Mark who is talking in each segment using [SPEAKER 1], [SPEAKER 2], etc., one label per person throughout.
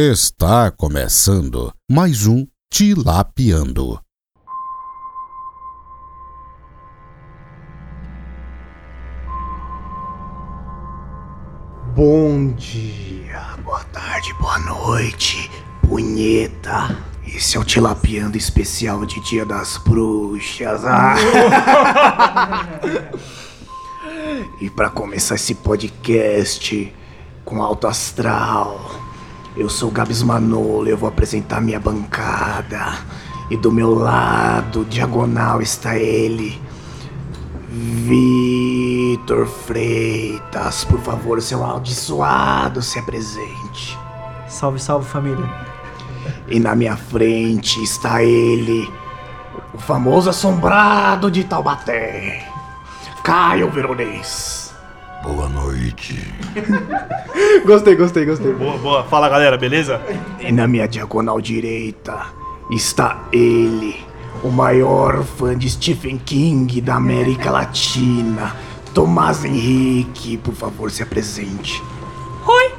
[SPEAKER 1] Está começando mais um Tilapiando.
[SPEAKER 2] Bom dia, boa tarde, boa noite, punheta. Esse é o Tilapiando especial de Dia das Bruxas. Ah. e para começar esse podcast com alto astral, eu sou o Gabs Manolo, eu vou apresentar minha bancada. E do meu lado, diagonal, está ele, Vitor Freitas. Por favor, seu amaldiçoado, se apresente.
[SPEAKER 3] Salve, salve família.
[SPEAKER 2] E na minha frente está ele, o famoso assombrado de Taubaté, Caio Veronês.
[SPEAKER 4] Boa noite.
[SPEAKER 2] Gostei, gostei, gostei.
[SPEAKER 5] Boa, boa. Fala galera, beleza?
[SPEAKER 2] E na minha diagonal direita está ele, o maior fã de Stephen King da América Latina, Tomás Henrique. Por favor, se apresente.
[SPEAKER 6] Oi!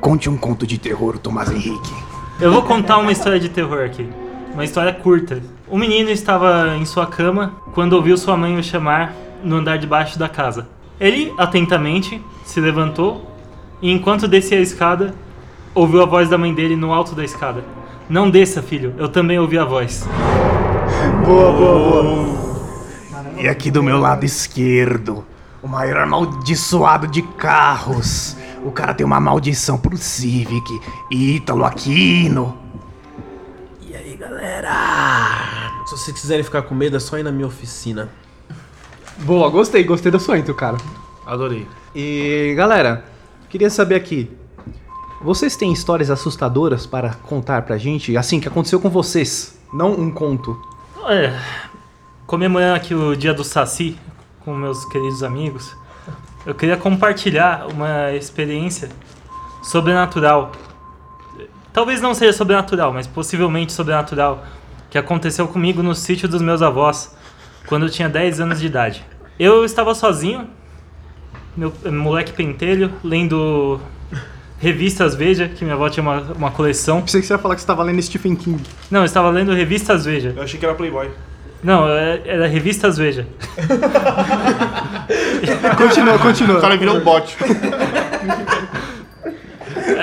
[SPEAKER 2] Conte um conto de terror, Tomás Henrique.
[SPEAKER 6] Eu vou contar uma história de terror aqui. Uma história curta. O menino estava em sua cama quando ouviu sua mãe o chamar no andar de baixo da casa. Ele, atentamente, se levantou e, enquanto descia a escada, ouviu a voz da mãe dele no alto da escada. Não desça, filho, eu também ouvi a voz.
[SPEAKER 2] Boa, boa, boa. E aqui do meu lado esquerdo, o maior amaldiçoado de carros. O cara tem uma maldição pro Civic. Ítalo Aquino. E aí, galera?
[SPEAKER 7] Se vocês quiserem ficar com medo, é só ir na minha oficina.
[SPEAKER 8] Boa, gostei, gostei da sua intro, cara.
[SPEAKER 7] Adorei.
[SPEAKER 8] E galera, queria saber aqui. Vocês têm histórias assustadoras para contar pra gente? Assim, que aconteceu com vocês, não um conto.
[SPEAKER 6] Olha, comemorando aqui o dia do Saci com meus queridos amigos, eu queria compartilhar uma experiência sobrenatural. Talvez não seja sobrenatural, mas possivelmente sobrenatural, que aconteceu comigo no sítio dos meus avós, quando eu tinha 10 anos de idade. Eu estava sozinho, meu moleque pentelho, lendo revistas Veja, que minha avó tinha uma, uma coleção.
[SPEAKER 8] Pensei que você ia falar que você tava lendo Stephen King.
[SPEAKER 6] Não, eu estava lendo revistas Veja.
[SPEAKER 5] Eu achei que era Playboy.
[SPEAKER 6] Não, era, era revistas Veja.
[SPEAKER 8] Continua, continua.
[SPEAKER 5] O cara virou um bot.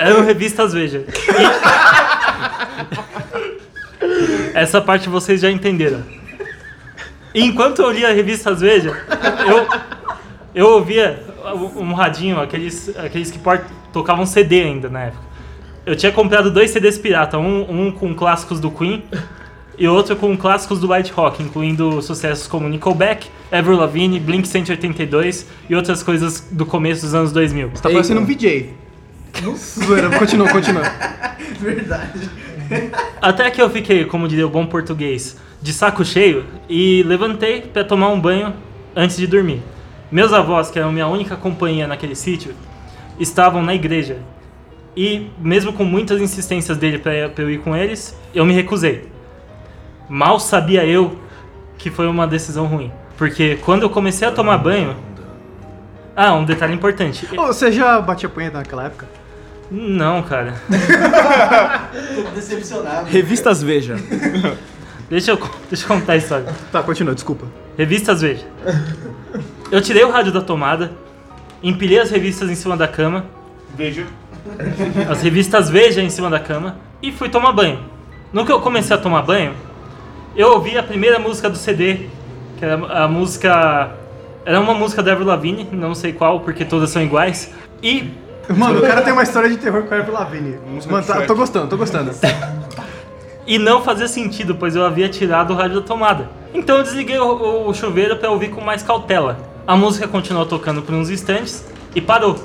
[SPEAKER 6] Eram revistas É Veja. E- Essa parte vocês já entenderam. Enquanto eu lia revistas Veja, eu, eu ouvia um radinho, aqueles, aqueles que por- tocavam CD ainda na época. Eu tinha comprado dois CDs pirata, um, um com clássicos do Queen e outro com clássicos do White Rock, incluindo sucessos como Nickelback, Avril Lavigne, Blink 182 e outras coisas do começo dos anos 2000.
[SPEAKER 8] Tá parecendo um VJ. Zoeira, continua, continua.
[SPEAKER 6] Até que eu fiquei, como diria o bom português, de saco cheio e levantei pra tomar um banho antes de dormir. Meus avós, que eram minha única companhia naquele sítio, estavam na igreja. E mesmo com muitas insistências dele pra pra eu ir com eles, eu me recusei. Mal sabia eu que foi uma decisão ruim, porque quando eu comecei a tomar banho, ah, um detalhe importante.
[SPEAKER 8] Ô, você já batia punheta naquela época?
[SPEAKER 6] Não, cara.
[SPEAKER 7] Revistas Veja.
[SPEAKER 6] Deixa eu, con- deixa eu contar a história.
[SPEAKER 8] Tá, continua, desculpa.
[SPEAKER 6] Revistas Veja. Eu tirei o rádio da tomada, empilhei as revistas em cima da cama,
[SPEAKER 5] Veja.
[SPEAKER 6] as revistas Veja em cima da cama, e fui tomar banho. No que eu comecei a tomar banho, eu ouvi a primeira música do CD, que era a música. Era uma música da Avril Lavigne, não sei qual, porque todas são iguais. E
[SPEAKER 8] Mano, o cara tem uma história de terror com a Avril Lavigne.
[SPEAKER 5] Música
[SPEAKER 8] Mano,
[SPEAKER 5] do
[SPEAKER 8] tá,
[SPEAKER 5] Shrek.
[SPEAKER 8] tô gostando, tô gostando.
[SPEAKER 2] Tá.
[SPEAKER 6] E não fazia sentido, pois eu havia tirado o rádio da tomada. Então eu desliguei o, o chuveiro para ouvir com mais cautela. A música continuou tocando por uns instantes e parou.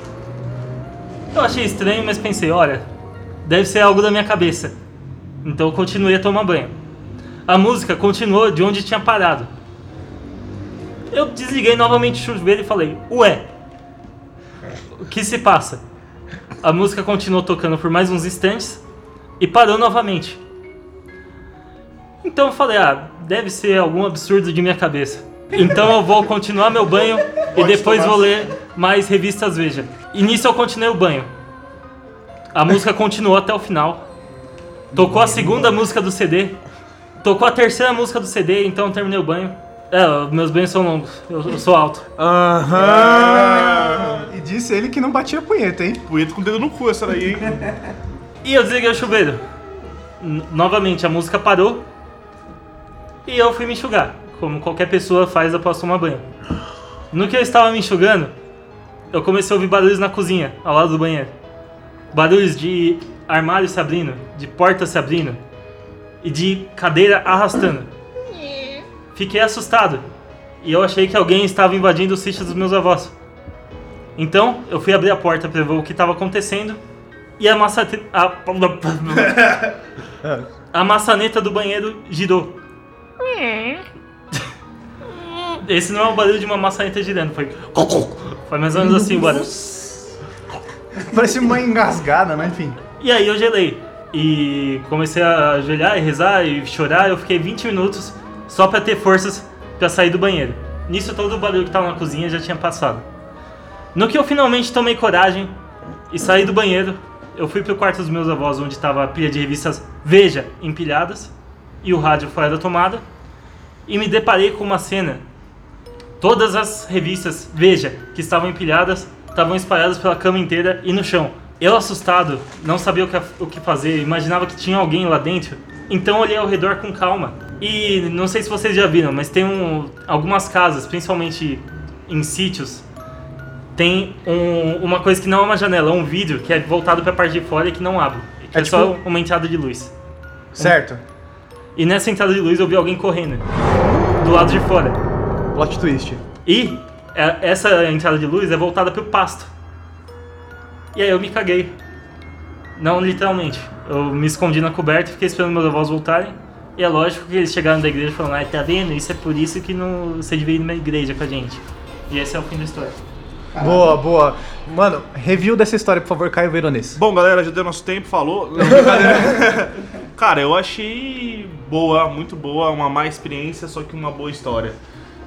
[SPEAKER 6] Eu achei estranho, mas pensei, olha, deve ser algo da minha cabeça. Então eu continuei a tomar banho. A música continuou de onde tinha parado. Eu desliguei novamente o chuveiro e falei, ué, o que se passa? A música continuou tocando por mais uns instantes e parou novamente. Então eu falei, ah, deve ser algum absurdo de minha cabeça. Então eu vou continuar meu banho e
[SPEAKER 5] Pode
[SPEAKER 6] depois
[SPEAKER 5] tomar.
[SPEAKER 6] vou ler mais revistas Veja. E nisso eu continuei o banho. A música continuou até o final. Tocou a segunda música do CD. Tocou a terceira música do CD, então eu terminei o banho. É, meus banhos são longos, eu, eu sou alto.
[SPEAKER 2] E disse ele que não batia punheta, hein?
[SPEAKER 9] Punheta com o dedo no cu essa daí, hein?
[SPEAKER 6] E eu desliguei o chuveiro. N- novamente, a música parou. E eu fui me enxugar, como qualquer pessoa faz após tomar banho. No que eu estava me enxugando, eu comecei a ouvir barulhos na cozinha, ao lado do banheiro. Barulhos de armário se abrindo, de porta se abrindo e de cadeira arrastando. Fiquei assustado e eu achei que alguém estava invadindo o sítio dos meus avós. Então, eu fui abrir a porta para ver o que estava acontecendo e a maçaneta. A... a maçaneta do banheiro girou. Esse não é o barulho de uma maçaneta girando, foi. Foi mais ou menos assim o barulho.
[SPEAKER 2] Parece uma engasgada, né? Enfim.
[SPEAKER 6] E aí eu gelei. E comecei a ajoelhar e rezar e chorar. Eu fiquei 20 minutos só pra ter forças pra sair do banheiro. Nisso todo o barulho que tava na cozinha já tinha passado. No que eu finalmente tomei coragem e saí do banheiro, eu fui pro quarto dos meus avós onde tava a pilha de revistas Veja empilhadas e o rádio fora da tomada e me deparei com uma cena. Todas as revistas Veja que estavam empilhadas estavam espalhadas pela cama inteira e no chão. Eu, assustado, não sabia o que, o que fazer, imaginava que tinha alguém lá dentro. Então eu olhei ao redor com calma. E não sei se vocês já viram, mas tem um, algumas casas, principalmente em sítios, tem um- uma coisa que não é uma janela, é um vidro que é voltado pra parte de fora e que não abre. Que é, só uma entrada de luz.
[SPEAKER 2] Certo.
[SPEAKER 6] E nessa entrada de luz eu vi alguém correndo. Do lado de fora.
[SPEAKER 2] Plot twist.
[SPEAKER 6] E é, essa entrada de luz é voltada pro pasto. E aí eu me caguei. Não literalmente. Eu me escondi na coberta, fiquei esperando meus avós voltarem. E é lógico que eles chegaram da igreja e falaram, ah, tá vendo? Isso é por isso que não você devia ir numa igreja com a gente. E esse é o fim da história.
[SPEAKER 2] Boa, boa. Mano, review dessa história, por favor, Caio Veronese.
[SPEAKER 9] Bom, galera, já deu nosso tempo, falou. Não, brincadeira. Cara, eu achei boa, muito boa, uma má experiência, só que uma boa história.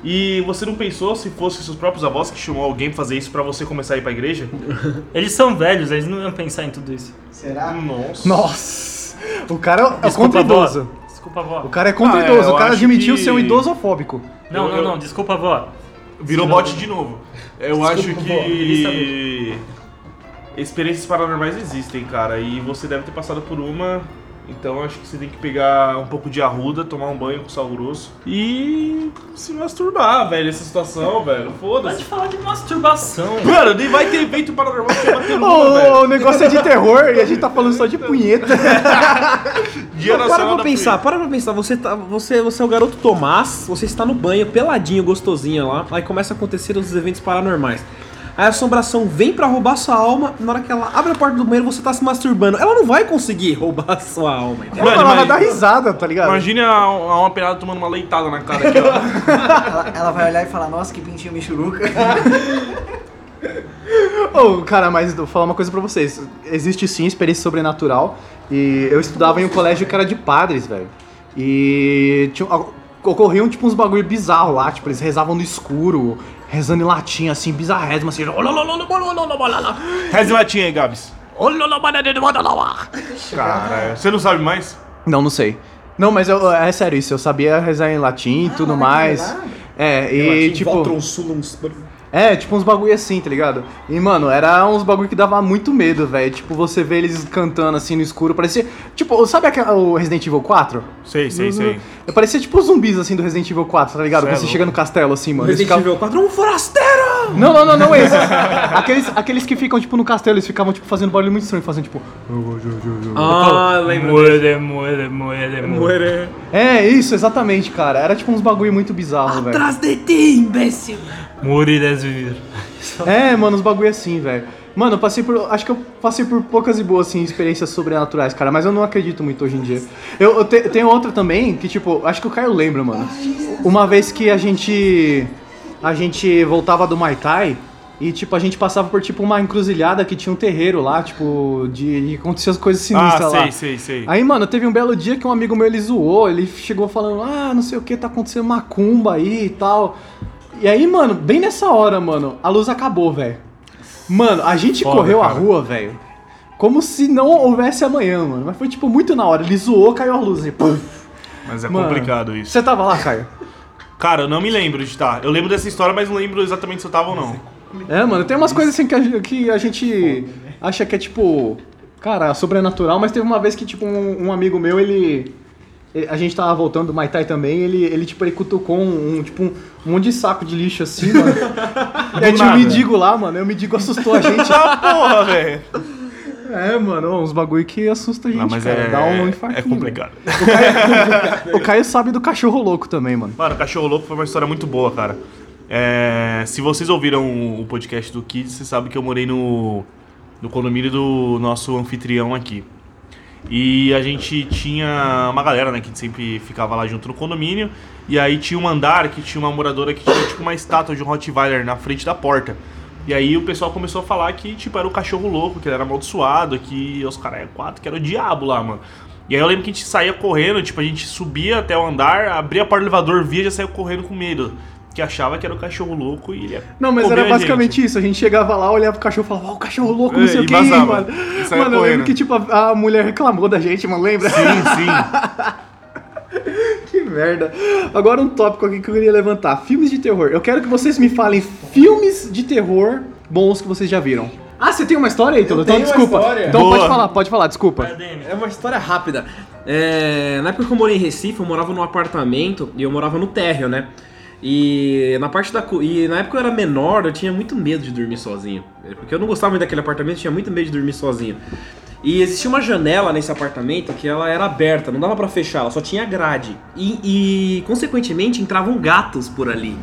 [SPEAKER 9] E você não pensou se fosse seus próprios avós que chamou alguém pra fazer isso pra você começar a ir pra igreja?
[SPEAKER 6] Eles são velhos, eles não iam pensar em tudo isso.
[SPEAKER 9] Nossa.
[SPEAKER 2] Nossa. O cara é
[SPEAKER 6] Desculpa,
[SPEAKER 2] contra idoso.
[SPEAKER 6] avó. Desculpa, avó.
[SPEAKER 2] O cara é contra
[SPEAKER 9] Ah, é,
[SPEAKER 2] idoso.
[SPEAKER 9] eu
[SPEAKER 2] o cara
[SPEAKER 9] acho
[SPEAKER 2] admitiu
[SPEAKER 9] que-
[SPEAKER 2] ser um idosofóbico.
[SPEAKER 6] Não,
[SPEAKER 9] Eu-
[SPEAKER 6] não,
[SPEAKER 9] eu-
[SPEAKER 6] não, desculpa, avó.
[SPEAKER 9] Virou bot de novo. Eu acho que.
[SPEAKER 6] revista
[SPEAKER 9] Experiências paranormais existem, cara, e você deve ter passado por uma. Então acho que você tem que pegar um pouco de arruda, tomar um banho com sal grosso e se masturbar, velho, essa situação, velho.
[SPEAKER 6] Pode
[SPEAKER 9] Foda-se.
[SPEAKER 6] falar de masturbação.
[SPEAKER 9] Mano, nem vai ter evento paranormal que vai ter
[SPEAKER 2] Ô,
[SPEAKER 9] lua, velho.
[SPEAKER 2] o negócio é de terror e a gente tá falando só de punheta.
[SPEAKER 9] Dia
[SPEAKER 7] para
[SPEAKER 9] Nacional
[SPEAKER 7] pra
[SPEAKER 9] da
[SPEAKER 7] pensar, para pra pensar. Você, tá, você, você é o garoto Tomás, você está no banho, peladinho, gostosinho lá. Aí começa a acontecer os eventos paranormais. Aí a assombração vem pra roubar sua alma. Na hora que ela abre a porta do banheiro, você tá se masturbando. Ela não vai conseguir roubar a sua alma. entendeu?
[SPEAKER 9] Mano,
[SPEAKER 2] Mano, ela vai
[SPEAKER 9] imagina-
[SPEAKER 2] dar risada, tá ligado?
[SPEAKER 9] Imagine a, a uma pelada tomando uma leitada na cara aqui, ó.
[SPEAKER 10] Ela, ela vai olhar e falar, nossa, que pintinho michuruca.
[SPEAKER 2] Ô, cara, mas vou falar uma coisa pra vocês. Existe sim experiência sobrenatural. E eu estudava em um colégio que era de padres, velho. E tinha, a- ocorriam, tipo, uns bagulho bizarro lá. Tipo, eles rezavam no escuro, rezando em latim, assim, bizarrésimo, assim.
[SPEAKER 9] Reza em latim aí, Gabs. Cara, você não sabe mais?
[SPEAKER 2] Não, não sei. Não, mas eu- é sério isso. Eu sabia rezar em latim
[SPEAKER 10] Ah,
[SPEAKER 2] e tudo mais. É, e tipo. É, tipo uns bagulho assim, tá ligado? E, mano, era uns bagulho que dava muito medo, velho. Tipo, você vê eles cantando assim no escuro, parecia. Tipo, sabe aquela, o Resident Evil 4?
[SPEAKER 9] Sei,
[SPEAKER 2] Uhum.
[SPEAKER 9] sei, sei.
[SPEAKER 2] Parecia tipo os zumbis assim do Resident Evil 4, tá ligado?
[SPEAKER 9] Cê é
[SPEAKER 2] Quando você
[SPEAKER 9] louco.
[SPEAKER 2] chega no castelo assim, mano. eles
[SPEAKER 7] Resident
[SPEAKER 2] ficavam-
[SPEAKER 7] Evil 4, um forasteiro!
[SPEAKER 2] Não, não, não, não esses. aqueles, aqueles que ficam, tipo, no castelo, eles ficavam, tipo, fazendo barulho muito estranho, fazendo tipo.
[SPEAKER 7] Ah, lembro.
[SPEAKER 6] Muere, muere, muere, muere.
[SPEAKER 2] É, isso, exatamente, cara. Era tipo uns bagulho muito bizarro, velho.
[SPEAKER 7] Atrás de ti, imbécil!
[SPEAKER 6] Muri desvivir.
[SPEAKER 2] É, mano, uns bagulho assim, velho. Mano, eu passei por. Acho que eu passei por poucas e boas, assim, experiências sobrenaturais, cara, mas eu não acredito muito hoje em dia. Eu, eu te- tenho outra também que, tipo, acho que o Caio lembra, mano. Uma vez que a gente. A gente voltava do Muay Thai e, tipo, a gente passava por, tipo, uma encruzilhada que tinha um terreiro lá, tipo, de. E aconteciam as coisas sinistras
[SPEAKER 9] Ah,
[SPEAKER 2] lá.
[SPEAKER 9] sei, sei, sei.
[SPEAKER 2] Aí, mano, teve um belo dia que um amigo meu ele zoou, ele chegou falando, ah, não sei o que, tá acontecendo macumba aí e tal. E aí, mano, bem nessa hora, mano, a luz acabou, velho. Mano, a gente correu a rua, velho. Como se não houvesse amanhã, mano. Mas foi tipo muito na hora. Ele zoou, caiu a luz e puf.
[SPEAKER 9] Mas é
[SPEAKER 2] Mano.
[SPEAKER 9] complicado isso.
[SPEAKER 2] Você tava lá, Caio?
[SPEAKER 9] Cara, eu não me lembro de estar. Eu lembro dessa história, mas não lembro exatamente se eu tava ou não.
[SPEAKER 2] É, mano, tem umas coisas assim que a, ge- que a gente
[SPEAKER 9] né?
[SPEAKER 2] acha que é tipo. Cara, sobrenatural, mas teve uma vez que, tipo, um, um amigo meu, ele. ele- A gente tava voltando do Mai Tai também, ele, ele, tipo, ele cutucou um, um, tipo, um, um monte de saco de lixo assim, mano. e aí tinha um
[SPEAKER 9] nada.
[SPEAKER 2] mendigo lá, mano, e o mendigo assustou a gente.
[SPEAKER 9] Ah, porra, velho.
[SPEAKER 2] é, mano, uns bagulho que assusta a gente,
[SPEAKER 9] Não, mas
[SPEAKER 2] cara.
[SPEAKER 9] é,
[SPEAKER 2] dá um infarto.
[SPEAKER 9] é complicado.
[SPEAKER 2] O Caio sabe do cachorro louco também, mano.
[SPEAKER 9] Mano, Cachorro Louco foi uma história muito boa, cara. É, se vocês ouviram o podcast do Kids, vocês sabem que eu morei no, no condomínio do nosso anfitrião aqui. E a gente tinha uma galera, né, que sempre ficava lá junto no condomínio. E aí tinha um andar que tinha uma moradora que tinha tipo uma estátua de um Rottweiler na frente da porta. E aí o pessoal começou a falar que, tipo, era o cachorro louco, que ele era amaldiçoado, que os caras é quatro, que era o diabo lá, mano. E aí eu lembro que a gente saía correndo, tipo, a gente subia até o andar, abria a porta do elevador, via e já saía correndo com medo. Que achava que era o cachorro louco e ele ia
[SPEAKER 2] Não, mas
[SPEAKER 9] comer a
[SPEAKER 2] era
[SPEAKER 9] gente.
[SPEAKER 2] basicamente isso. A gente chegava lá, olhava pro cachorro e falava, ó, o cachorro louco, não
[SPEAKER 9] tipo. É,
[SPEAKER 2] sei o
[SPEAKER 9] e
[SPEAKER 2] que,
[SPEAKER 9] vazava.
[SPEAKER 2] mano.
[SPEAKER 9] E saía
[SPEAKER 2] Mano, eu
[SPEAKER 9] correndo.
[SPEAKER 2] lembro que, tipo, a, a mulher reclamou da gente, mano, lembra?
[SPEAKER 9] Sim,
[SPEAKER 2] que merda. Agora um tópico aqui que eu queria levantar. Filmes de terror. Eu quero que vocês me falem filmes de terror bons que vocês já viram. Ah, você tem uma história, Ítalo? Então,
[SPEAKER 7] tenho uma
[SPEAKER 2] desculpa.
[SPEAKER 7] história.
[SPEAKER 2] Então
[SPEAKER 9] Boa.
[SPEAKER 2] pode falar, pode falar, desculpa.
[SPEAKER 7] É uma história rápida. É, na época que eu morei em Recife, eu morava num apartamento e eu morava no térreo, né? E na parte da co- e na época eu era menor, eu tinha muito medo de dormir sozinho, É, porque eu não gostava muito daquele apartamento, eu tinha muito medo de dormir sozinho. E existia uma janela nesse apartamento que ela era aberta, não dava pra fechar, ela só tinha grade. E, e consequentemente entravam gatos por ali.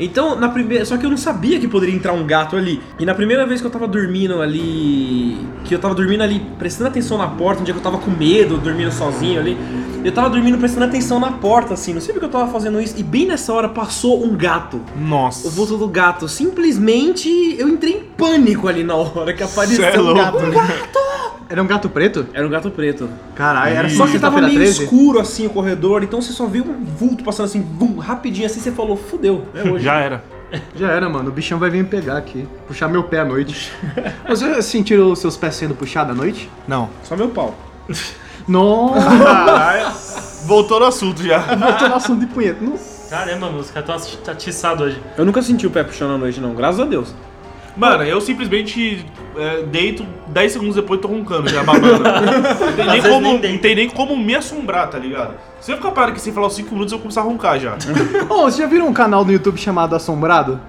[SPEAKER 7] Então, na primeira. Só que eu não sabia que poderia entrar um gato ali. E na primeira vez que eu tava dormindo ali. Que eu tava dormindo ali, prestando atenção na porta, um dia que eu tava com medo, dormindo sozinho ali. Eu tava dormindo prestando atenção na porta, assim. Não sei porque eu tava fazendo isso. E bem nessa hora passou um gato.
[SPEAKER 9] sim. Nossa.
[SPEAKER 7] O vulto do gato. Simplesmente eu entrei em pânico ali na hora que apareceu
[SPEAKER 2] um
[SPEAKER 9] Cê é
[SPEAKER 7] o
[SPEAKER 9] louco.
[SPEAKER 7] gato.
[SPEAKER 2] né? Era um gato preto?
[SPEAKER 7] Era um gato preto.
[SPEAKER 2] Caralho, era
[SPEAKER 7] Só que
[SPEAKER 9] tá
[SPEAKER 7] tava meio
[SPEAKER 2] escuro.
[SPEAKER 7] escuro assim o corredor, então você só viu um vulto passando assim, vum, rapidinho assim, você falou, fudeu, é hoje.
[SPEAKER 9] Já era.
[SPEAKER 2] Já era, mano. O bichão vai vir me pegar aqui. Puxar meu pé à noite. Vocês sentiram os seus pés sendo puxados à noite?
[SPEAKER 9] Não.
[SPEAKER 7] Só meu pau.
[SPEAKER 2] Nossa!
[SPEAKER 9] Caralho. Voltou no assunto já.
[SPEAKER 2] Voltou no assunto de punheta. Nossa.
[SPEAKER 6] Caramba, mano, os caras estão atiçados hoje.
[SPEAKER 7] Eu nunca senti o pé puxando à noite, não, graças a Deus.
[SPEAKER 9] Mano, eu simplesmente é, deito 10 segundos depois tô roncando já, babando. Não tem, nem
[SPEAKER 6] vezes
[SPEAKER 9] como,
[SPEAKER 6] nem deito.
[SPEAKER 9] não tem nem como me assombrar, tá ligado? Se eu ficar parado aqui sem falar os 5 minutos, eu vou começar a roncar já.
[SPEAKER 2] Ô, vocês já viram um canal no YouTube chamado Assombrado?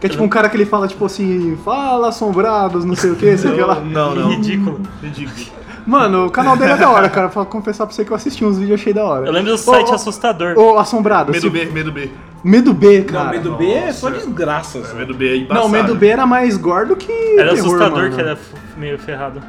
[SPEAKER 2] Que é tipo um cara que ele fala, tipo assim, fala assombrados, não sei o que, sei o que lá.
[SPEAKER 9] Não, não.
[SPEAKER 6] Ridículo.
[SPEAKER 9] Ridículo.
[SPEAKER 2] Mano, o canal dele é da hora, cara. Pra confessar pra você que eu assisti uns vídeos, achei da hora.
[SPEAKER 6] Eu lembro do site
[SPEAKER 2] Ô, ô,
[SPEAKER 6] assustador.
[SPEAKER 2] Ô, assombrado.
[SPEAKER 9] Medo
[SPEAKER 2] se-
[SPEAKER 9] B, medo B.
[SPEAKER 2] Medo B, cara.
[SPEAKER 7] não,
[SPEAKER 2] Não,
[SPEAKER 7] medo
[SPEAKER 2] medo...
[SPEAKER 7] B é só desgraça.
[SPEAKER 9] É,
[SPEAKER 7] só.
[SPEAKER 9] Medo B é embaçado.
[SPEAKER 2] Não, medo B era mais gore do que.
[SPEAKER 6] Era
[SPEAKER 2] terror,
[SPEAKER 6] assustador
[SPEAKER 2] mano.
[SPEAKER 6] que era f- meio ferrado.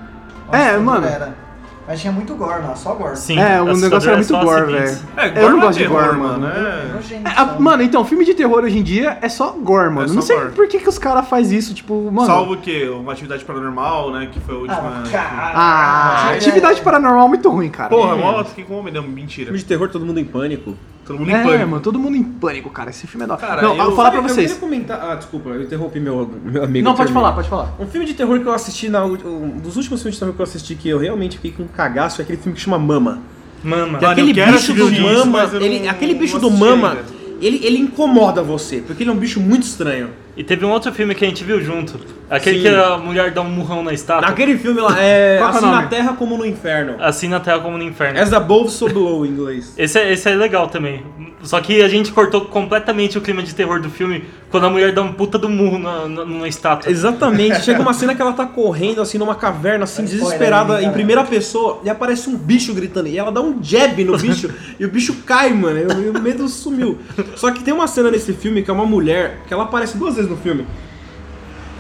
[SPEAKER 2] É, mano.
[SPEAKER 11] Era. Mas tinha muito gore lá, só gore.
[SPEAKER 6] Sim,
[SPEAKER 2] É, o
[SPEAKER 6] assim, assustador
[SPEAKER 2] negócio era muito
[SPEAKER 6] só
[SPEAKER 2] gore,
[SPEAKER 6] acidentes.
[SPEAKER 2] velho.
[SPEAKER 9] É,
[SPEAKER 2] eu
[SPEAKER 9] gore
[SPEAKER 2] não
[SPEAKER 9] é
[SPEAKER 2] gosto de
[SPEAKER 9] terror,
[SPEAKER 2] gore, mano.
[SPEAKER 9] É.
[SPEAKER 11] Gente,
[SPEAKER 2] É, a- mano, então, filme de terror hoje em dia é só gore, mano.
[SPEAKER 9] só
[SPEAKER 2] não sei
[SPEAKER 9] gore.
[SPEAKER 2] por que, que os caras fazem isso, tipo, mano.
[SPEAKER 9] Salvo o quê? Uma atividade paranormal, né? Que foi a última.
[SPEAKER 2] Ah,
[SPEAKER 11] Ah,
[SPEAKER 2] atividade paranormal é muito ruim, cara.
[SPEAKER 9] Porra, mó, fiquei com medo. Mentira.
[SPEAKER 7] Filme É de terror, todo mundo em pânico.
[SPEAKER 9] Todo mundo em
[SPEAKER 2] É,
[SPEAKER 9] pânico.
[SPEAKER 2] mano, todo mundo em pânico, cara. Esse filme é da
[SPEAKER 9] Cara,
[SPEAKER 2] Não, eu
[SPEAKER 9] eu-
[SPEAKER 2] vou falar pra
[SPEAKER 7] Eu
[SPEAKER 2] vocês.
[SPEAKER 7] queria comentar... Ah, desculpa, eu interrompi meu, meu amigo.
[SPEAKER 2] Não, pode
[SPEAKER 7] termina.
[SPEAKER 2] falar, pode falar.
[SPEAKER 7] Um filme de terror que eu assisti, na, ult- um dos últimos filmes de terror que eu assisti que eu realmente fiquei com um cagaço, foi aquele filme que chama Mama.
[SPEAKER 6] Mama.
[SPEAKER 7] Que
[SPEAKER 9] Mano,
[SPEAKER 7] aquele
[SPEAKER 9] eu quero
[SPEAKER 7] bicho do
[SPEAKER 9] assistir isso,
[SPEAKER 7] Mama,
[SPEAKER 9] mas eu
[SPEAKER 7] ele-
[SPEAKER 9] não-
[SPEAKER 7] aquele
[SPEAKER 9] não
[SPEAKER 7] bicho do
[SPEAKER 9] assisti
[SPEAKER 7] Mama,
[SPEAKER 9] ainda.
[SPEAKER 7] ele, ele incomoda você, porque ele é um bicho muito estranho.
[SPEAKER 6] E teve um outro filme que a gente viu junto. Aquele
[SPEAKER 7] Sim.
[SPEAKER 6] que a mulher dá um murrão na estátua.
[SPEAKER 7] Aquele filme lá é
[SPEAKER 2] Qual que é o
[SPEAKER 7] Assim na
[SPEAKER 2] nome?
[SPEAKER 7] Terra como no Inferno.
[SPEAKER 6] Assim na Terra como no Inferno.
[SPEAKER 7] As Above, So Below em inglês.
[SPEAKER 6] Esse, é- esse é legal também. Só que a gente cortou completamente o clima de terror do filme quando a mulher dá um puta do murro na, na, numa estátua.
[SPEAKER 7] Exatamente. Chega uma cena que ela tá correndo assim numa caverna, assim,
[SPEAKER 11] Spoiler,
[SPEAKER 7] desesperada,
[SPEAKER 11] hein,
[SPEAKER 7] em
[SPEAKER 11] cara?
[SPEAKER 7] primeira pessoa, e aparece um bicho gritando. E ela dá um jab no bicho e o bicho cai, mano. E o- e o medo sumiu. Só que tem uma cena nesse filme que é uma mulher, que ela aparece duas vezes no filme.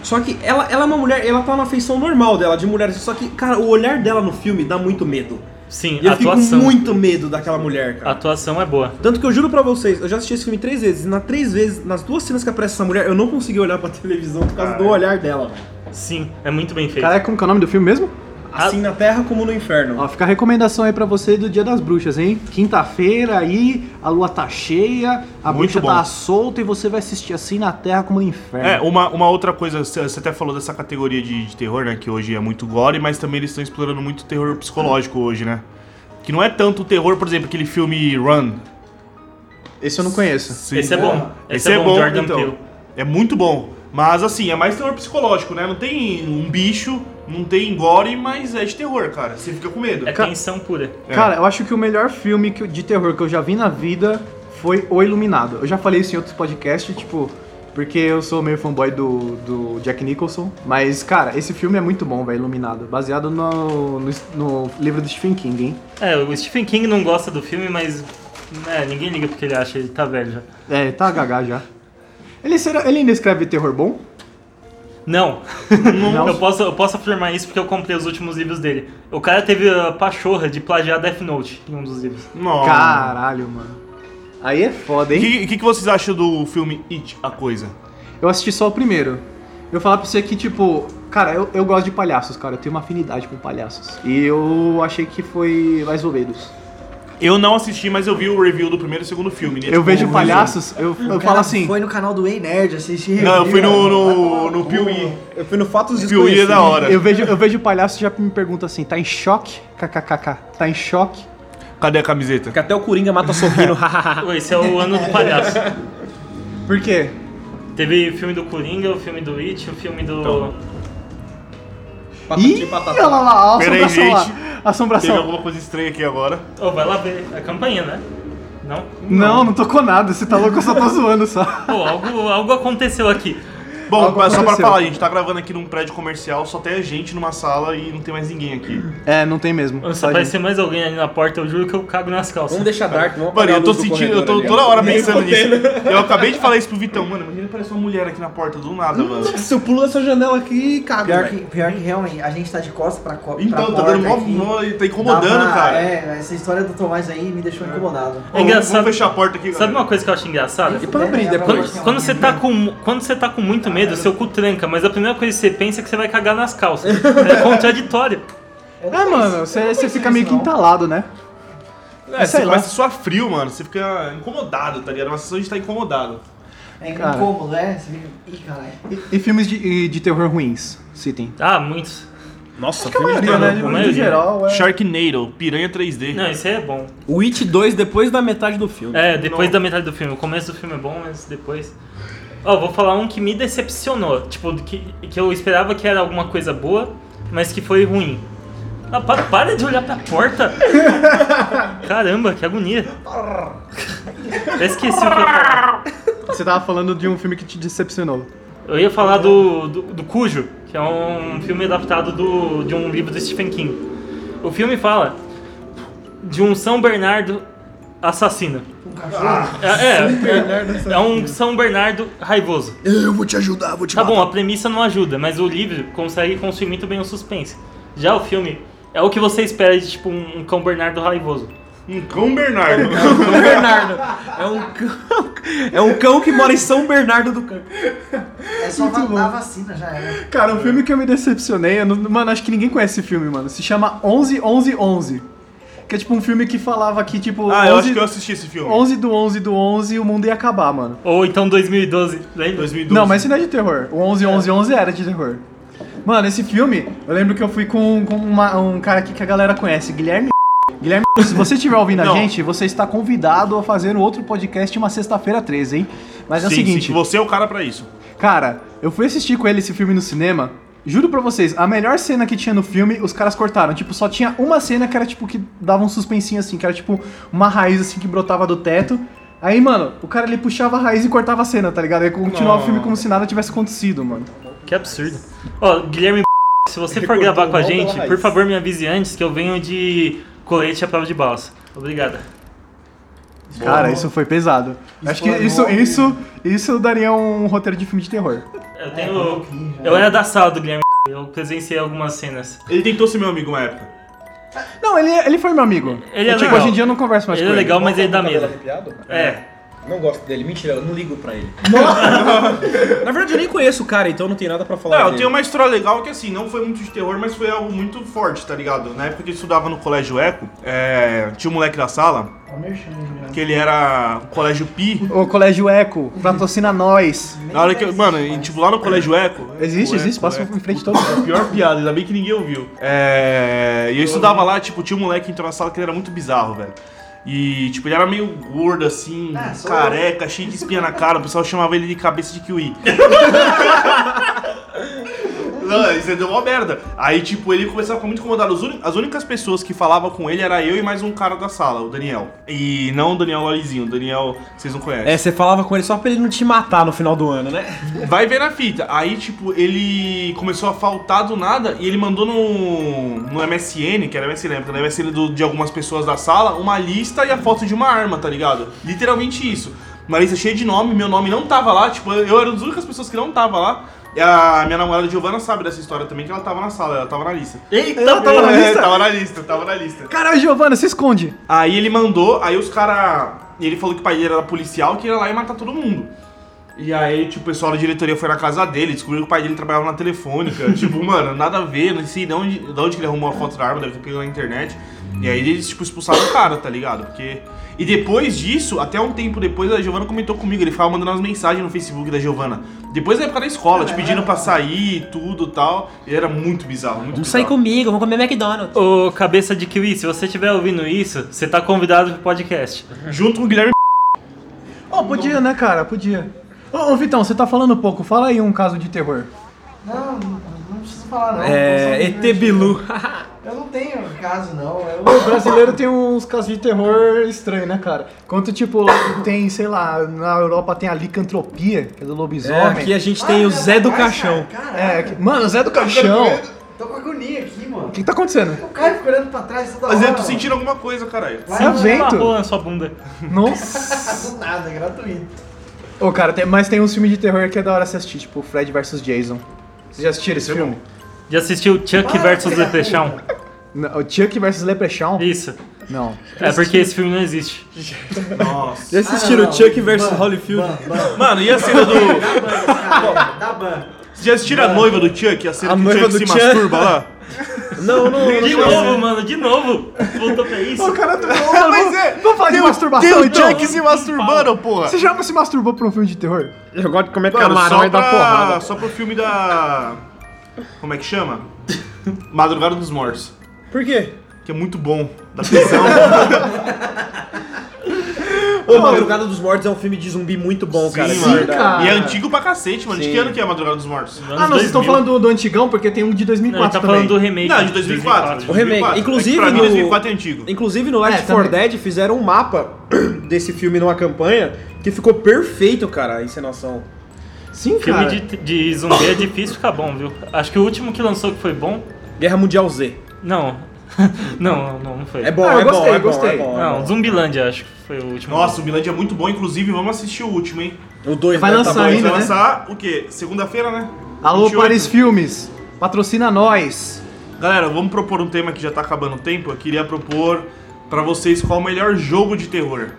[SPEAKER 7] Só que ela, ela é uma mulher, ela tá na feição normal dela, de mulher. Só que, cara, o olhar dela no filme dá muito medo.
[SPEAKER 6] Sim,
[SPEAKER 7] E
[SPEAKER 6] a
[SPEAKER 7] eu fico com
[SPEAKER 6] atuação.
[SPEAKER 7] muito medo daquela mulher, cara.
[SPEAKER 6] A atuação é boa.
[SPEAKER 7] Tanto que eu juro pra vocês, eu já assisti esse filme três vezes, e nas três vezes, nas duas cenas que aparece essa mulher, eu não consegui olhar pra televisão por causa do olhar dela.
[SPEAKER 6] Sim, é muito bem feito.
[SPEAKER 2] Cara, como que é o nome do filme mesmo?
[SPEAKER 7] Assim
[SPEAKER 9] Ah.
[SPEAKER 7] na terra como no inferno.
[SPEAKER 2] Ó, fica a recomendação aí pra você do Dia das Bruxas, hein? Quinta-feira aí, a lua tá cheia, a
[SPEAKER 9] Muito
[SPEAKER 2] bruxa
[SPEAKER 9] bom.
[SPEAKER 2] tá solta e você vai assistir assim na terra como no inferno.
[SPEAKER 9] É, uma, uma outra coisa, você você até falou dessa categoria de, de terror, né? Que hoje é muito gore, mas também eles estão explorando muito terror psicológico hoje, né? Que não é tanto o terror, por exemplo, aquele filme Run.
[SPEAKER 8] Esse eu não conheço.
[SPEAKER 9] Sim.
[SPEAKER 6] Esse é bom.
[SPEAKER 9] Esse, é, bom,
[SPEAKER 6] Jordan
[SPEAKER 9] então.
[SPEAKER 6] Peele.
[SPEAKER 9] É muito bom. Mas assim, é mais terror psicológico, né? Não tem um bicho, não tem gore, mas é de terror, cara. Você fica com medo.
[SPEAKER 6] É tensão pura.
[SPEAKER 9] É.
[SPEAKER 2] Cara, eu acho que o melhor filme que eu- de terror que eu já vi na vida foi O Iluminado. Eu já falei isso em outros podcasts, tipo, porque eu sou meio fanboy do, do Jack Nicholson. Mas, cara, esse filme é muito bom, velho, Iluminado. Baseado no, no, no livro do Stephen King, hein?
[SPEAKER 6] É, o Stephen King não gosta do filme, mas. né, ninguém liga porque ele acha, ele tá velho já.
[SPEAKER 2] É, tá gaga já. Ele, será, ele ainda escreve terror bom?
[SPEAKER 6] Não. Eu, posso, eu posso afirmar isso porque eu comprei os últimos livros dele. O cara teve a pachorra de plagiar Death Note em um dos livros.
[SPEAKER 9] Nossa.
[SPEAKER 2] Caralho, mano. Aí é foda,
[SPEAKER 9] O
[SPEAKER 2] hein?
[SPEAKER 9] que, que, que vocês acham do filme It, a coisa?
[SPEAKER 2] Eu assisti só o primeiro. Eu falar pra você que, tipo, cara, eu, eu gosto de palhaços, cara. Eu tenho uma afinidade com palhaços. E eu achei que foi mais ouvidos.
[SPEAKER 9] Eu não assisti, mas eu vi o review do primeiro e segundo filme. né?
[SPEAKER 2] Eu
[SPEAKER 9] Tipo,
[SPEAKER 2] vejo
[SPEAKER 9] um-
[SPEAKER 2] palhaços, eu, eu
[SPEAKER 11] O cara
[SPEAKER 2] falo assim.
[SPEAKER 11] Foi no canal do Ei Nerd assistir.
[SPEAKER 9] Não, eu fui no, no, no
[SPEAKER 11] review.
[SPEAKER 9] Piuí.
[SPEAKER 7] Eu fui no Fatos
[SPEAKER 9] Piuí é da hora.
[SPEAKER 2] Eu vejo, eu vejo palhaço e já me pergunta assim, tá em choque? KKKK. Tá em choque?
[SPEAKER 9] Cadê a camiseta?
[SPEAKER 7] Que até o Coringa mata sorrindo, hahaha.
[SPEAKER 6] Ué, Esse é o ano do palhaço.
[SPEAKER 2] Por quê?
[SPEAKER 6] Teve filme do Coringa, o filme do It, o filme do.
[SPEAKER 2] Ih, olha lá, lá, a
[SPEAKER 9] Peraí,
[SPEAKER 2] assombração
[SPEAKER 9] gente.
[SPEAKER 2] lá.
[SPEAKER 9] Teve
[SPEAKER 2] Assombração.
[SPEAKER 9] alguma coisa estranha aqui agora.
[SPEAKER 6] Oh, vai lá ver. É a campainha, né? Não?
[SPEAKER 2] Não, não tocou nada. Você tá louco, eu só tô zoando só.
[SPEAKER 6] Pô, algo, algo aconteceu aqui.
[SPEAKER 9] Bom,
[SPEAKER 2] Algo
[SPEAKER 9] mas só pra
[SPEAKER 2] aconteceu.
[SPEAKER 9] falar, a gente tá gravando aqui num prédio comercial, só tem a gente numa sala e não tem mais ninguém aqui.
[SPEAKER 2] É, não tem mesmo.
[SPEAKER 6] Se
[SPEAKER 2] só a gente.
[SPEAKER 6] aparecer mais alguém ali na porta, eu juro que eu cago nas calças.
[SPEAKER 7] Vamos deixar Dark, vamos
[SPEAKER 9] Mano,
[SPEAKER 7] apagar
[SPEAKER 9] eu tô
[SPEAKER 7] a luz Tá do
[SPEAKER 9] sentindo, eu
[SPEAKER 7] corredor
[SPEAKER 9] tô
[SPEAKER 7] ali, ó.
[SPEAKER 9] toda hora pensando
[SPEAKER 7] Ninguém
[SPEAKER 9] nisso.
[SPEAKER 7] fodendo.
[SPEAKER 9] Eu acabei de falar isso pro Vitão, mano, imagina aparecer uma mulher aqui na porta do nada, mano.
[SPEAKER 2] Hum.
[SPEAKER 7] Se eu pulo essa janela aqui e cago,
[SPEAKER 11] Pior
[SPEAKER 7] velho.
[SPEAKER 11] que, pior que realmente, a gente tá de costas pra copa.
[SPEAKER 9] Então, tá
[SPEAKER 11] pra
[SPEAKER 9] dando
[SPEAKER 11] porta
[SPEAKER 9] mó,
[SPEAKER 11] aqui.
[SPEAKER 9] mó- tá
[SPEAKER 11] Dá
[SPEAKER 9] incomodando,
[SPEAKER 11] uma-
[SPEAKER 9] cara. É.
[SPEAKER 11] É, essa história do Tomás aí me deixou incomodado.
[SPEAKER 9] Bom, vamos,
[SPEAKER 6] É engraçado-
[SPEAKER 9] vamos um fechar a porta aqui,
[SPEAKER 6] Sabe
[SPEAKER 9] galera.
[SPEAKER 6] uma coisa que eu acho engraçada?
[SPEAKER 7] E pra abrir
[SPEAKER 11] É,
[SPEAKER 7] depois?
[SPEAKER 6] Quando, quando você tá com, quando você tá com muito medo, seu cu tranca, mas a primeira coisa que você pensa é que você vai cagar nas calças. É contraditório.
[SPEAKER 11] Eu não
[SPEAKER 2] É,
[SPEAKER 11] sei
[SPEAKER 2] mano,
[SPEAKER 11] se- eu
[SPEAKER 2] você
[SPEAKER 11] não
[SPEAKER 2] você
[SPEAKER 11] sei
[SPEAKER 2] fica
[SPEAKER 11] se
[SPEAKER 2] meio que
[SPEAKER 11] isso, não.
[SPEAKER 2] entalado, né?
[SPEAKER 9] É,
[SPEAKER 2] sei
[SPEAKER 9] você
[SPEAKER 2] lá.
[SPEAKER 9] começa a suar frio, mano. Você fica incomodado, tá ligado? É Uma sensação de tá incomodado.
[SPEAKER 11] É
[SPEAKER 2] Cara.
[SPEAKER 11] incômodo, é? Você fica... Ih, caralho.
[SPEAKER 2] E, e filmes de, e de terror ruins, citem.
[SPEAKER 6] Ah, muitos.
[SPEAKER 7] Nossa,
[SPEAKER 2] é
[SPEAKER 7] filme de terror.
[SPEAKER 6] né? maioria.
[SPEAKER 2] geral, é.
[SPEAKER 9] Sharknado, Piranha 3D.
[SPEAKER 6] Não, isso aí é bom.
[SPEAKER 7] O It 2 depois da metade do filme.
[SPEAKER 6] É, depois da metade do filme. O começo do filme é bom, mas depois. Ó, vou falar um que me decepcionou. Tipo, que, que eu esperava que era alguma coisa boa, mas que foi ruim. Ah, para, para de olhar pra porta! Caramba, que agonia! Eu esqueci o que eu ia falar.
[SPEAKER 2] Você tava falando de um filme que te decepcionou.
[SPEAKER 6] Eu ia falar do, do, do Cujo, que é um filme adaptado do, de um livro do Stephen King. O filme fala de um São Bernardo assassino.
[SPEAKER 4] Ah.
[SPEAKER 6] É, é, é, é um São Bernardo raivoso.
[SPEAKER 4] Eu vou te ajudar, vou te
[SPEAKER 6] Tá bom, a premissa não ajuda, mas o livro consegue construir muito bem o suspense. Já o filme é o que você espera de tipo um um cão Bernardo raivoso.
[SPEAKER 9] Um cão Bernardo.
[SPEAKER 2] tá
[SPEAKER 7] São Bernardo. É um cão. É um cão que mora em São Bernardo do Campo.
[SPEAKER 11] É só va dar vacina, já era.
[SPEAKER 2] Cara, um filme que eu me decepcionei, eu não- mano, acho que ninguém conhece esse filme, mano. Se chama 11 11 11. Que é tipo um filme que falava que, tipo,
[SPEAKER 9] Ah, eu
[SPEAKER 2] 11,
[SPEAKER 9] acho que eu assisti esse filme.
[SPEAKER 2] 11 do 11 do 11 o mundo ia acabar, mano.
[SPEAKER 6] Ou então 2012, lembra?
[SPEAKER 9] 2012.
[SPEAKER 2] Não, mas isso não é de terror. O 11 11 11 era de terror. Mano, esse filme, eu lembro que eu fui com, com uma- um cara aqui que a galera conhece, Guilherme. Guilherme, se você estiver ouvindo
[SPEAKER 9] Não.
[SPEAKER 2] a gente, você está convidado a fazer um outro podcast uma sexta-feira 13, hein? Mas é o
[SPEAKER 9] Sim,
[SPEAKER 2] seguinte,
[SPEAKER 9] sim, você é o cara pra isso.
[SPEAKER 2] Cara, eu fui assistir com ele esse filme no cinema. Juro pra vocês, a melhor cena que tinha no filme, os caras cortaram. Tipo, só tinha uma cena que era tipo que dava um suspensinho assim, que era tipo uma raiz assim que brotava do teto. Aí, mano, o cara ele puxava a raiz e cortava a cena, tá ligado? Aí continuava o filme como se nada tivesse acontecido, mano.
[SPEAKER 6] Que absurdo. Ó, Guilherme, se você for gravar com a gente, por favor me avise antes que eu venho de colete à prova de balas. Obrigado.
[SPEAKER 2] Cara, isso foi pesado. Acho que isso, isso, isso daria um roteiro de filme de terror.
[SPEAKER 6] Eu
[SPEAKER 11] É,
[SPEAKER 6] tenho.
[SPEAKER 11] vi, já
[SPEAKER 6] Eu era da sala do Guilherme, eu presenciei algumas cenas.
[SPEAKER 9] Ele tentou ser meu amigo uma época.
[SPEAKER 2] Não, ele, ele foi meu amigo.
[SPEAKER 6] Ele é
[SPEAKER 2] tipo,
[SPEAKER 6] legal.
[SPEAKER 2] hoje em dia eu não converso mais
[SPEAKER 6] Ele é
[SPEAKER 11] Tá
[SPEAKER 2] com ele.
[SPEAKER 6] legal, mas ele dá medo. É.
[SPEAKER 12] Não gosto dele, mentira, eu não ligo pra ele.
[SPEAKER 7] Na verdade, eu nem conheço o cara, então não tem nada pra falar.
[SPEAKER 9] Não, eu
[SPEAKER 7] dele.
[SPEAKER 9] tenho uma história legal que assim, não foi muito de terror, mas foi algo muito forte, tá ligado? Na época que eu estudava no colégio Eco, é, tinha um moleque na sala,
[SPEAKER 11] Tá né,
[SPEAKER 9] que ele era um colégio Pi.
[SPEAKER 2] O Colégio Eco, patrocina nós.
[SPEAKER 9] Na hora que eu, mano, e, tipo, lá no colégio Eco.
[SPEAKER 2] Existe,
[SPEAKER 9] o Eco,
[SPEAKER 2] existe, passa
[SPEAKER 9] Eco.
[SPEAKER 2] em frente todo mundo.
[SPEAKER 9] é A pior piada, ainda bem que ninguém ouviu. É, E eu estudava lá, tipo, tinha um moleque que entrou na sala que ele era muito bizarro, velho. E, tipo, ele era meio gordo, assim,
[SPEAKER 11] Ah, sou
[SPEAKER 9] careca, cheio de espinha na cara. O pessoal chamava ele de cabeça de kiwi. Não, isso deu uma merda. Aí, tipo, ele começava a ficar muito incomodado. Os uni- As únicas pessoas que falavam com ele era eu e mais um cara da sala, o Daniel. E não o Daniel Lorizinho, o Daniel, vocês não conhecem.
[SPEAKER 7] É, você falava com ele só pra ele não te matar no final do ano, né?
[SPEAKER 9] Vai ver na fita. Aí, tipo, ele começou a faltar do nada e ele mandou no, no MSN, que era MSN, na época, né? no MSN do- de algumas pessoas da sala, uma lista e a foto de uma arma, tá ligado? Literalmente isso. Uma lista cheia de nome, meu nome não tava lá, tipo, eu era uma das únicas pessoas que não tava lá. E a minha namorada Giovana sabe dessa história também, que ela tava na sala, ela tava na lista.
[SPEAKER 6] Eita,
[SPEAKER 2] Ela tava na
[SPEAKER 9] É,
[SPEAKER 2] lista?
[SPEAKER 9] Tava na lista, tava na lista.
[SPEAKER 2] Caralho, Giovana, se esconde.
[SPEAKER 9] Aí ele mandou, aí os caras. Ele falou que o pai dele era policial que ia lá e matar todo mundo. E aí, tipo, o pessoal da diretoria foi na casa dele, descobriu que o pai dele trabalhava na telefônica. tipo, mano, nada a ver, não sei de onde, de onde que ele arrumou a foto da arma, deve ter pego na internet. E aí eles, tipo, expulsaram o cara, tá ligado? Porque. E depois disso, até um tempo depois, a Giovana comentou comigo, ele ficava mandando umas mensagens no Facebook da Giovana. Depois da época da escola, te pedindo pra sair, tudo e tal. Ele era muito bizarro, muito
[SPEAKER 7] Vamos
[SPEAKER 9] bizarro.
[SPEAKER 7] sair comigo, vamos comer McDonald's.
[SPEAKER 6] Ô, cabeça de kiwi, se você estiver ouvindo isso, você tá convidado pro podcast.
[SPEAKER 9] Junto com o Guilherme.
[SPEAKER 2] Oh, podia, né, cara? Podia. Ô, ô, Vitão, você tá falando pouco. Fala aí um caso de terror.
[SPEAKER 11] Não, não preciso falar não.
[SPEAKER 7] É,
[SPEAKER 11] Eu sou muito
[SPEAKER 7] ET Bilu.
[SPEAKER 11] Eu não tenho caso não. Eu...
[SPEAKER 2] O brasileiro tem uns casos de terror estranho, né, cara? Quanto, tipo, lá tem, sei lá, na Europa tem a licantropia, que é do
[SPEAKER 7] É,
[SPEAKER 2] lobisomem.
[SPEAKER 7] aqui a gente tem o Zé do Caixão.
[SPEAKER 2] É,
[SPEAKER 11] Caraca,
[SPEAKER 2] que- mano, Zé do Caixão. O
[SPEAKER 11] tô com agonia aqui, mano.
[SPEAKER 2] que, que tá acontecendo?
[SPEAKER 11] O Caio fica olhando pra trás toda
[SPEAKER 9] Mas
[SPEAKER 11] hora.
[SPEAKER 9] eu tô
[SPEAKER 11] mano.
[SPEAKER 9] sentindo alguma coisa, caralho.
[SPEAKER 11] Vai,
[SPEAKER 2] Tá
[SPEAKER 11] mano.
[SPEAKER 2] vendo?
[SPEAKER 6] Uma rola na sua bunda.
[SPEAKER 2] Nossa.
[SPEAKER 11] Do nada, gratuito.
[SPEAKER 2] Ô, cara, tem- mas tem uns filmes de terror que é da hora você assistir, tipo Fred vs Jason. Vocês já assistiram esse filme?
[SPEAKER 6] Já assistiu Chuck
[SPEAKER 11] Ah,
[SPEAKER 6] versus
[SPEAKER 11] filha da
[SPEAKER 6] Leprechaun?
[SPEAKER 2] Não, o Chuck vs Leprechaun?
[SPEAKER 6] Isso.
[SPEAKER 2] Não.
[SPEAKER 6] É porque esse filme não existe.
[SPEAKER 9] Nossa.
[SPEAKER 7] Já assistiram
[SPEAKER 11] Ah, não, não.
[SPEAKER 7] Chuck versus
[SPEAKER 11] Ban,
[SPEAKER 7] Holyfield?
[SPEAKER 11] ban, ban.
[SPEAKER 9] Mano, e a cena do.
[SPEAKER 11] Dá ban, cara, dá ban.
[SPEAKER 9] Vocês já assistiram a noiva do Chuck? A cena
[SPEAKER 7] A
[SPEAKER 9] que o
[SPEAKER 7] noiva
[SPEAKER 9] Chuck
[SPEAKER 7] do
[SPEAKER 9] se
[SPEAKER 7] Chuck.
[SPEAKER 9] masturba lá?
[SPEAKER 7] Não, não,
[SPEAKER 6] De novo, mano, de novo. Voltou pra isso.
[SPEAKER 2] Mas é, vamos falar de masturbação
[SPEAKER 9] Tem o
[SPEAKER 2] então.
[SPEAKER 9] Chuck se masturbando, porra!
[SPEAKER 2] Você já se masturbou pra um filme de terror?
[SPEAKER 7] Eu gosto de comer
[SPEAKER 9] Mano,
[SPEAKER 7] camarão
[SPEAKER 9] só,
[SPEAKER 7] e dar
[SPEAKER 9] pra,
[SPEAKER 7] porrada.
[SPEAKER 9] só pro filme da. Como é que chama? Madrugada dos Mortos.
[SPEAKER 7] Por quê?
[SPEAKER 9] Que é muito bom. Da prisão.
[SPEAKER 7] Ô, Madrugada dos Mortos é um filme de zumbi muito bom, cara.
[SPEAKER 9] Sim,
[SPEAKER 7] de
[SPEAKER 9] mano.
[SPEAKER 7] verdade.
[SPEAKER 2] cara.
[SPEAKER 9] E é antigo pra cacete, mano. De que ano que é Madrugada dos Mortos?
[SPEAKER 2] Ah, não, vocês estão falando do, do antigão, porque tem um de
[SPEAKER 6] Não, ele
[SPEAKER 2] 2004
[SPEAKER 6] tá
[SPEAKER 2] também.
[SPEAKER 6] falando do remake.
[SPEAKER 9] Não, é de 2004.
[SPEAKER 7] O remake.
[SPEAKER 9] 2004.
[SPEAKER 7] Inclusive
[SPEAKER 9] É que pra mim
[SPEAKER 7] no-
[SPEAKER 9] 2004 é antigo.
[SPEAKER 7] Inclusive no Left
[SPEAKER 2] É,
[SPEAKER 7] 4
[SPEAKER 2] também.
[SPEAKER 7] Dead fizeram um mapa desse filme numa campanha que ficou perfeito, cara, a encenação.
[SPEAKER 2] Sim, cara.
[SPEAKER 6] Filme de, de zumbi é difícil ficar bom, viu? Acho que o último que lançou que foi bom.
[SPEAKER 7] Guerra Mundial Z.
[SPEAKER 6] Não. não, não, não foi.
[SPEAKER 7] É bom,
[SPEAKER 2] Ah, eu
[SPEAKER 7] é,
[SPEAKER 2] gostei,
[SPEAKER 7] bom é
[SPEAKER 2] eu
[SPEAKER 7] bom,
[SPEAKER 2] gostei.
[SPEAKER 7] é bom, é
[SPEAKER 6] Não,
[SPEAKER 7] bom.
[SPEAKER 6] Zumbilândia, acho que foi o último.
[SPEAKER 9] Nossa, o Milândia é muito bom, inclusive vamos assistir o último, hein?
[SPEAKER 7] O tá 2
[SPEAKER 2] Vai lançar
[SPEAKER 9] A gente
[SPEAKER 2] Ainda,
[SPEAKER 9] vai
[SPEAKER 2] né?
[SPEAKER 9] lançar o quê? Segunda-feira, né?
[SPEAKER 2] Alô,
[SPEAKER 9] 28.
[SPEAKER 2] Paris Filmes, patrocina nós.
[SPEAKER 9] Galera, vamos propor um tema que já tá acabando o tempo. Eu queria propor pra vocês qual o melhor jogo de terror.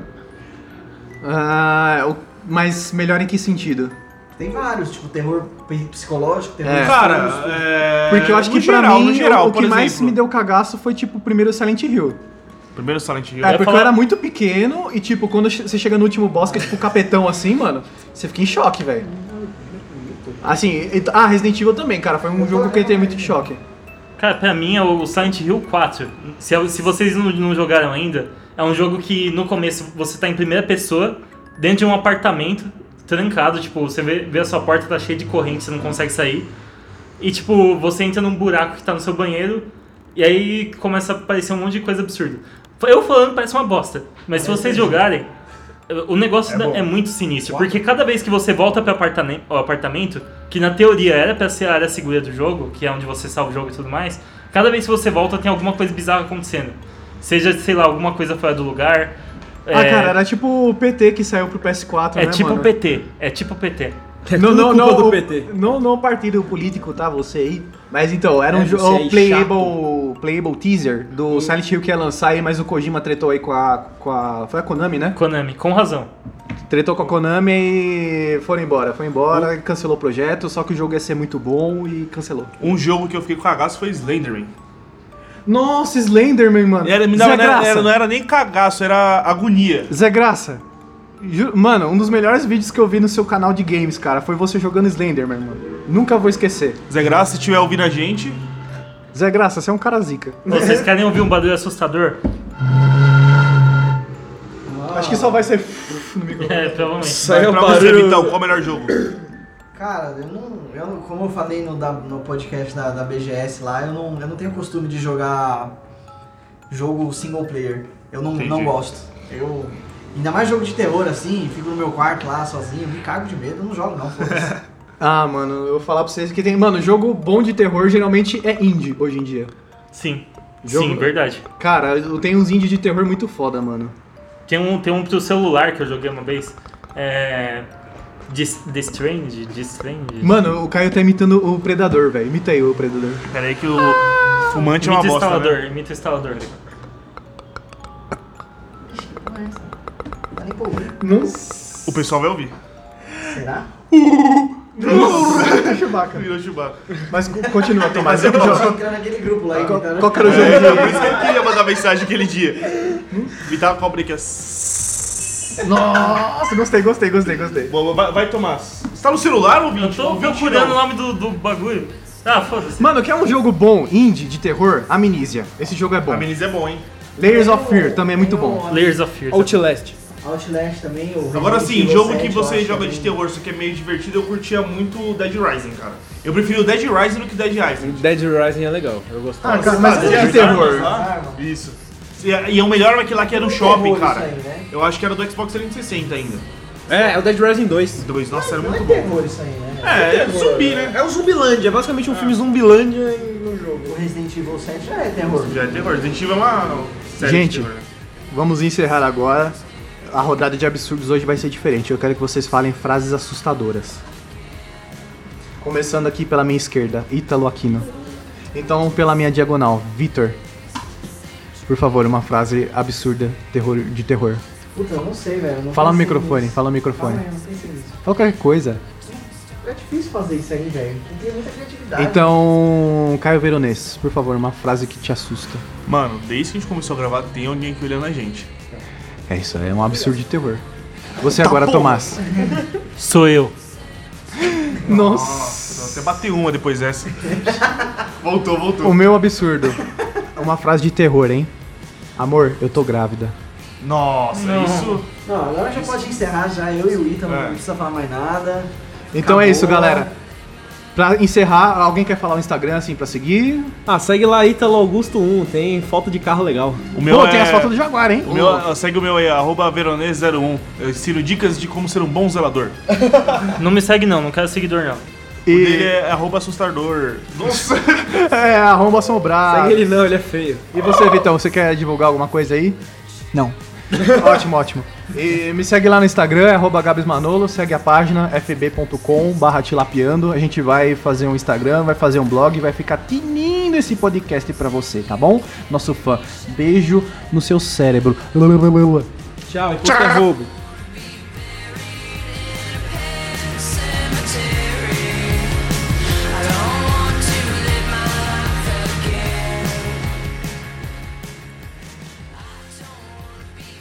[SPEAKER 2] Ah, o- mas melhor em que sentido?
[SPEAKER 11] Tem vários, tipo, terror pi- psicológico, terror
[SPEAKER 2] É.
[SPEAKER 9] Cara, é...
[SPEAKER 2] Porque eu acho
[SPEAKER 9] no
[SPEAKER 2] que pra
[SPEAKER 9] geral,
[SPEAKER 2] mim, é
[SPEAKER 9] no geral,
[SPEAKER 2] o, o que
[SPEAKER 9] por
[SPEAKER 2] mais
[SPEAKER 9] exemplo.
[SPEAKER 2] me deu cagaço foi, tipo, o primeiro Silent Hill.
[SPEAKER 9] Primeiro Silent Hill.
[SPEAKER 2] É, porque
[SPEAKER 6] falar-
[SPEAKER 2] eu era muito pequeno e, tipo, quando che- você chega no último boss, que é tipo capetão assim, mano, você fica em choque, velho. Assim, e- ah, Resident Evil também, cara, foi um jogo que eu entrei muito em choque.
[SPEAKER 6] Cara, pra mim é o Silent Hill 4. Se, é- se vocês não, não jogaram ainda, é um jogo que no começo você tá em primeira pessoa, dentro de um apartamento, trancado, tipo, você vê, vê a sua porta tá cheia de corrente, você não consegue sair. E tipo, você entra num buraco que tá no seu banheiro, e aí começa a aparecer um monte de coisa absurda. Eu falando parece uma bosta, mas
[SPEAKER 2] É.
[SPEAKER 6] se vocês jogarem, o negócio da- é, muito sinistro, porque cada vez que você volta para o apartamento, que na teoria era pra ser a área segura do jogo, que é onde você salva o jogo e tudo mais, cada vez que você volta tem alguma coisa bizarra acontecendo. Seja, sei lá, alguma coisa fora do lugar.
[SPEAKER 2] Ah,
[SPEAKER 6] é,
[SPEAKER 2] cara, era tipo o PT que saiu pro PS4,
[SPEAKER 6] é
[SPEAKER 2] né,
[SPEAKER 6] tipo
[SPEAKER 2] mano?
[SPEAKER 6] o PT, é tipo o PT.
[SPEAKER 2] Não, não,
[SPEAKER 7] então. É culpa
[SPEAKER 2] não,
[SPEAKER 7] do
[SPEAKER 2] o-
[SPEAKER 7] PT.
[SPEAKER 2] não, não o partido político, tá? Você aí. Mas então, era
[SPEAKER 7] É,
[SPEAKER 2] um
[SPEAKER 7] você
[SPEAKER 2] jogo
[SPEAKER 7] aí,
[SPEAKER 2] playable, playable teaser do Silent Hill que ia lançar aí, mas o Kojima tretou aí com a, com a. Foi a Konami, né?
[SPEAKER 6] Konami, com razão.
[SPEAKER 2] Tretou com a Konami e foram embora. Foi embora, cancelou o projeto, só que o jogo ia ser muito bom e cancelou.
[SPEAKER 9] Um jogo que eu fiquei cagaço foi Slenderman.
[SPEAKER 2] Nossa, Slenderman, mano.
[SPEAKER 9] Era, me
[SPEAKER 2] Zé
[SPEAKER 9] dava, não, era-
[SPEAKER 2] Graça.
[SPEAKER 9] era- não era nem cagaço, era agonia.
[SPEAKER 2] Zé Graça. Ju- Mano, um dos melhores vídeos que eu vi no seu canal de games, cara, foi você jogando Slenderman, mano. Nunca vou esquecer.
[SPEAKER 9] Zé Graça, se estiver ouvindo a gente,
[SPEAKER 2] Zé Graça, você é um cara zica.
[SPEAKER 6] Vocês querem ouvir um barulho assustador?
[SPEAKER 2] Acho que só vai ser no
[SPEAKER 6] É, provavelmente.
[SPEAKER 9] vai pra você, Vitão, qual é o melhor jogo?
[SPEAKER 11] Cara, eu não. Eu, não- como eu falei no, da- no podcast da, da BGS lá, eu não, eu não tenho costume de jogar jogo single player. Eu não,
[SPEAKER 9] Entendi.
[SPEAKER 11] não gosto. Eu. Ainda mais jogo de terror assim, fico no meu quarto lá sozinho, me cago de medo, eu não jogo não, foda-se.
[SPEAKER 2] Ah, mano, eu vou falar pra vocês que tem. Mano, jogo bom de terror geralmente é indie hoje em dia.
[SPEAKER 6] Sim.
[SPEAKER 2] Jogo-
[SPEAKER 6] Sim, verdade.
[SPEAKER 2] Cara, eu- tem uns indie de terror muito foda, mano.
[SPEAKER 6] Tem um, tem um pro celular que eu joguei uma vez. É. Dis- The Strange? The Strange?
[SPEAKER 2] Mano, o Caio tá imitando o Predador, velho. Imita aí o Predador.
[SPEAKER 9] Pera aí que o fumante é uma
[SPEAKER 6] imita o
[SPEAKER 9] bosta,
[SPEAKER 6] instalador,
[SPEAKER 9] né?
[SPEAKER 6] imita o instalador.
[SPEAKER 11] Tá nem pra ouvir.
[SPEAKER 9] O pessoal vai ouvir.
[SPEAKER 11] Será?
[SPEAKER 2] Chewbacca.
[SPEAKER 9] Virou Chewbacca.
[SPEAKER 2] Mas co- continua, Tomás.
[SPEAKER 9] Mas eu
[SPEAKER 11] Deixa eu entrar naquele grupo lá.
[SPEAKER 2] Qual,
[SPEAKER 11] imitando-
[SPEAKER 2] qual que era o
[SPEAKER 9] É,
[SPEAKER 2] jogo
[SPEAKER 9] por isso que ele queria mandar mensagem aquele dia. Me dá uma cobra aqui, ó.
[SPEAKER 2] de... Nossa, gostei, gostei, gostei, gostei.
[SPEAKER 9] Boa, Vai, vai Tomás. Você tá no celular,
[SPEAKER 6] Eu
[SPEAKER 9] ouvinte?
[SPEAKER 6] tô
[SPEAKER 9] Ouvinte,
[SPEAKER 6] procurando o
[SPEAKER 9] não.
[SPEAKER 6] nome do, do bagulho. Ah, foda-se.
[SPEAKER 2] Mano, quer um jogo bom, indie, de terror? Amnesia. Esse jogo é bom.
[SPEAKER 9] A Menezes é bom, hein?
[SPEAKER 2] Layers
[SPEAKER 11] Tem
[SPEAKER 2] of Fear
[SPEAKER 11] o-
[SPEAKER 2] também é muito bom.
[SPEAKER 11] tem o
[SPEAKER 6] Layers of Fear. tá.
[SPEAKER 7] Outlast.
[SPEAKER 11] Outlast também, o
[SPEAKER 9] Agora
[SPEAKER 11] Resident
[SPEAKER 9] sim,
[SPEAKER 11] Evil
[SPEAKER 9] jogo
[SPEAKER 11] 7,
[SPEAKER 9] que
[SPEAKER 11] eu
[SPEAKER 9] você
[SPEAKER 11] acho
[SPEAKER 9] joga de
[SPEAKER 11] também.
[SPEAKER 9] terror, só que é meio divertido, eu curtia muito Dead Rising, cara. Eu prefiro Dead Rising do que Dead Rising.
[SPEAKER 7] Dead Rising é legal, eu gostava.
[SPEAKER 2] Ah, cara, mas
[SPEAKER 9] Sabe,
[SPEAKER 2] é
[SPEAKER 9] as
[SPEAKER 2] de terror.
[SPEAKER 9] armas lá?
[SPEAKER 11] Arma.
[SPEAKER 9] Isso. E, e o melhor é que lá que era no tá? shopping,
[SPEAKER 11] terror isso
[SPEAKER 9] cara.
[SPEAKER 11] aí, né?
[SPEAKER 9] Eu acho que era do Xbox 360 ainda.
[SPEAKER 7] É, é o Dead Rising 2.
[SPEAKER 9] Dois, nossa, era
[SPEAKER 11] Não
[SPEAKER 9] muito
[SPEAKER 11] é
[SPEAKER 9] bom.
[SPEAKER 11] terror isso aí, né?
[SPEAKER 9] É, é zumbi, né?
[SPEAKER 7] É o Zumbilândia, é basicamente um filme Zumbilândia e...
[SPEAKER 11] O Resident Evil 7 já é terror.
[SPEAKER 9] É. Já é terror. Resident Evil é uma série
[SPEAKER 2] Gente.
[SPEAKER 9] de terror, né?
[SPEAKER 2] Vamos encerrar agora. A rodada de absurdos hoje vai ser diferente. Eu quero que vocês falem frases assustadoras. Começando aqui pela minha esquerda, Ítalo Aquino. Então, pela minha diagonal, Vitor. Por favor, uma frase absurda terror, de terror.
[SPEAKER 11] Puta, eu não sei, velho. eu não
[SPEAKER 2] Fala no
[SPEAKER 11] pensei
[SPEAKER 2] microfone,
[SPEAKER 11] nisso.
[SPEAKER 2] fala no
[SPEAKER 11] Calma
[SPEAKER 2] microfone.
[SPEAKER 11] aí, eu não pensei nisso.
[SPEAKER 2] Fala qualquer coisa.
[SPEAKER 11] É difícil fazer isso aí, velho. Não tem muita criatividade.
[SPEAKER 2] Então, Caio Veronês, por favor, uma frase que te assusta.
[SPEAKER 9] Mano, desde que a gente começou a gravar, tem alguém aqui olhando a gente.
[SPEAKER 2] É isso, é um absurdo de terror. Você agora, Tomás.
[SPEAKER 6] Sou eu.
[SPEAKER 2] Nossa.
[SPEAKER 9] Você bateu uma depois dessa. voltou, voltou.
[SPEAKER 2] O meu absurdo. É uma frase de terror, hein? Amor, eu tô grávida.
[SPEAKER 9] Nossa, isso.
[SPEAKER 11] Não, agora já pode encerrar já, eu e o Ítalo,
[SPEAKER 9] É.
[SPEAKER 11] não precisa falar mais nada.
[SPEAKER 2] Então é isso,
[SPEAKER 11] Acabou.
[SPEAKER 2] galera. Pra encerrar, alguém quer falar o Instagram assim pra seguir?
[SPEAKER 7] Ah, segue lá Italo Augusto 1, tem foto de carro legal.
[SPEAKER 9] O meu
[SPEAKER 2] Pô,
[SPEAKER 9] é...
[SPEAKER 2] tem as fotos do Jaguar, hein?
[SPEAKER 9] O meu, segue o meu aí, arroba veronês01. Eu ensino dicas de como ser um bom zelador.
[SPEAKER 6] Não me segue não, não quero seguidor não.
[SPEAKER 9] O
[SPEAKER 2] E-
[SPEAKER 9] dele é arroba assustador. Nossa.
[SPEAKER 2] É, arromba assombrar.
[SPEAKER 7] Segue ele não, ele é feio.
[SPEAKER 2] E você, Vitão, você quer divulgar alguma coisa aí? Não. ótimo, ótimo. E me segue lá no Instagram, é arroba Gabs Manolo, segue a página fb.com barra tilapiando. A gente vai fazer um Instagram, vai fazer um blog, vai ficar tinindo esse podcast pra você, tá bom? Nosso fã, beijo no seu cérebro.
[SPEAKER 7] Tchau, imposto é roubo.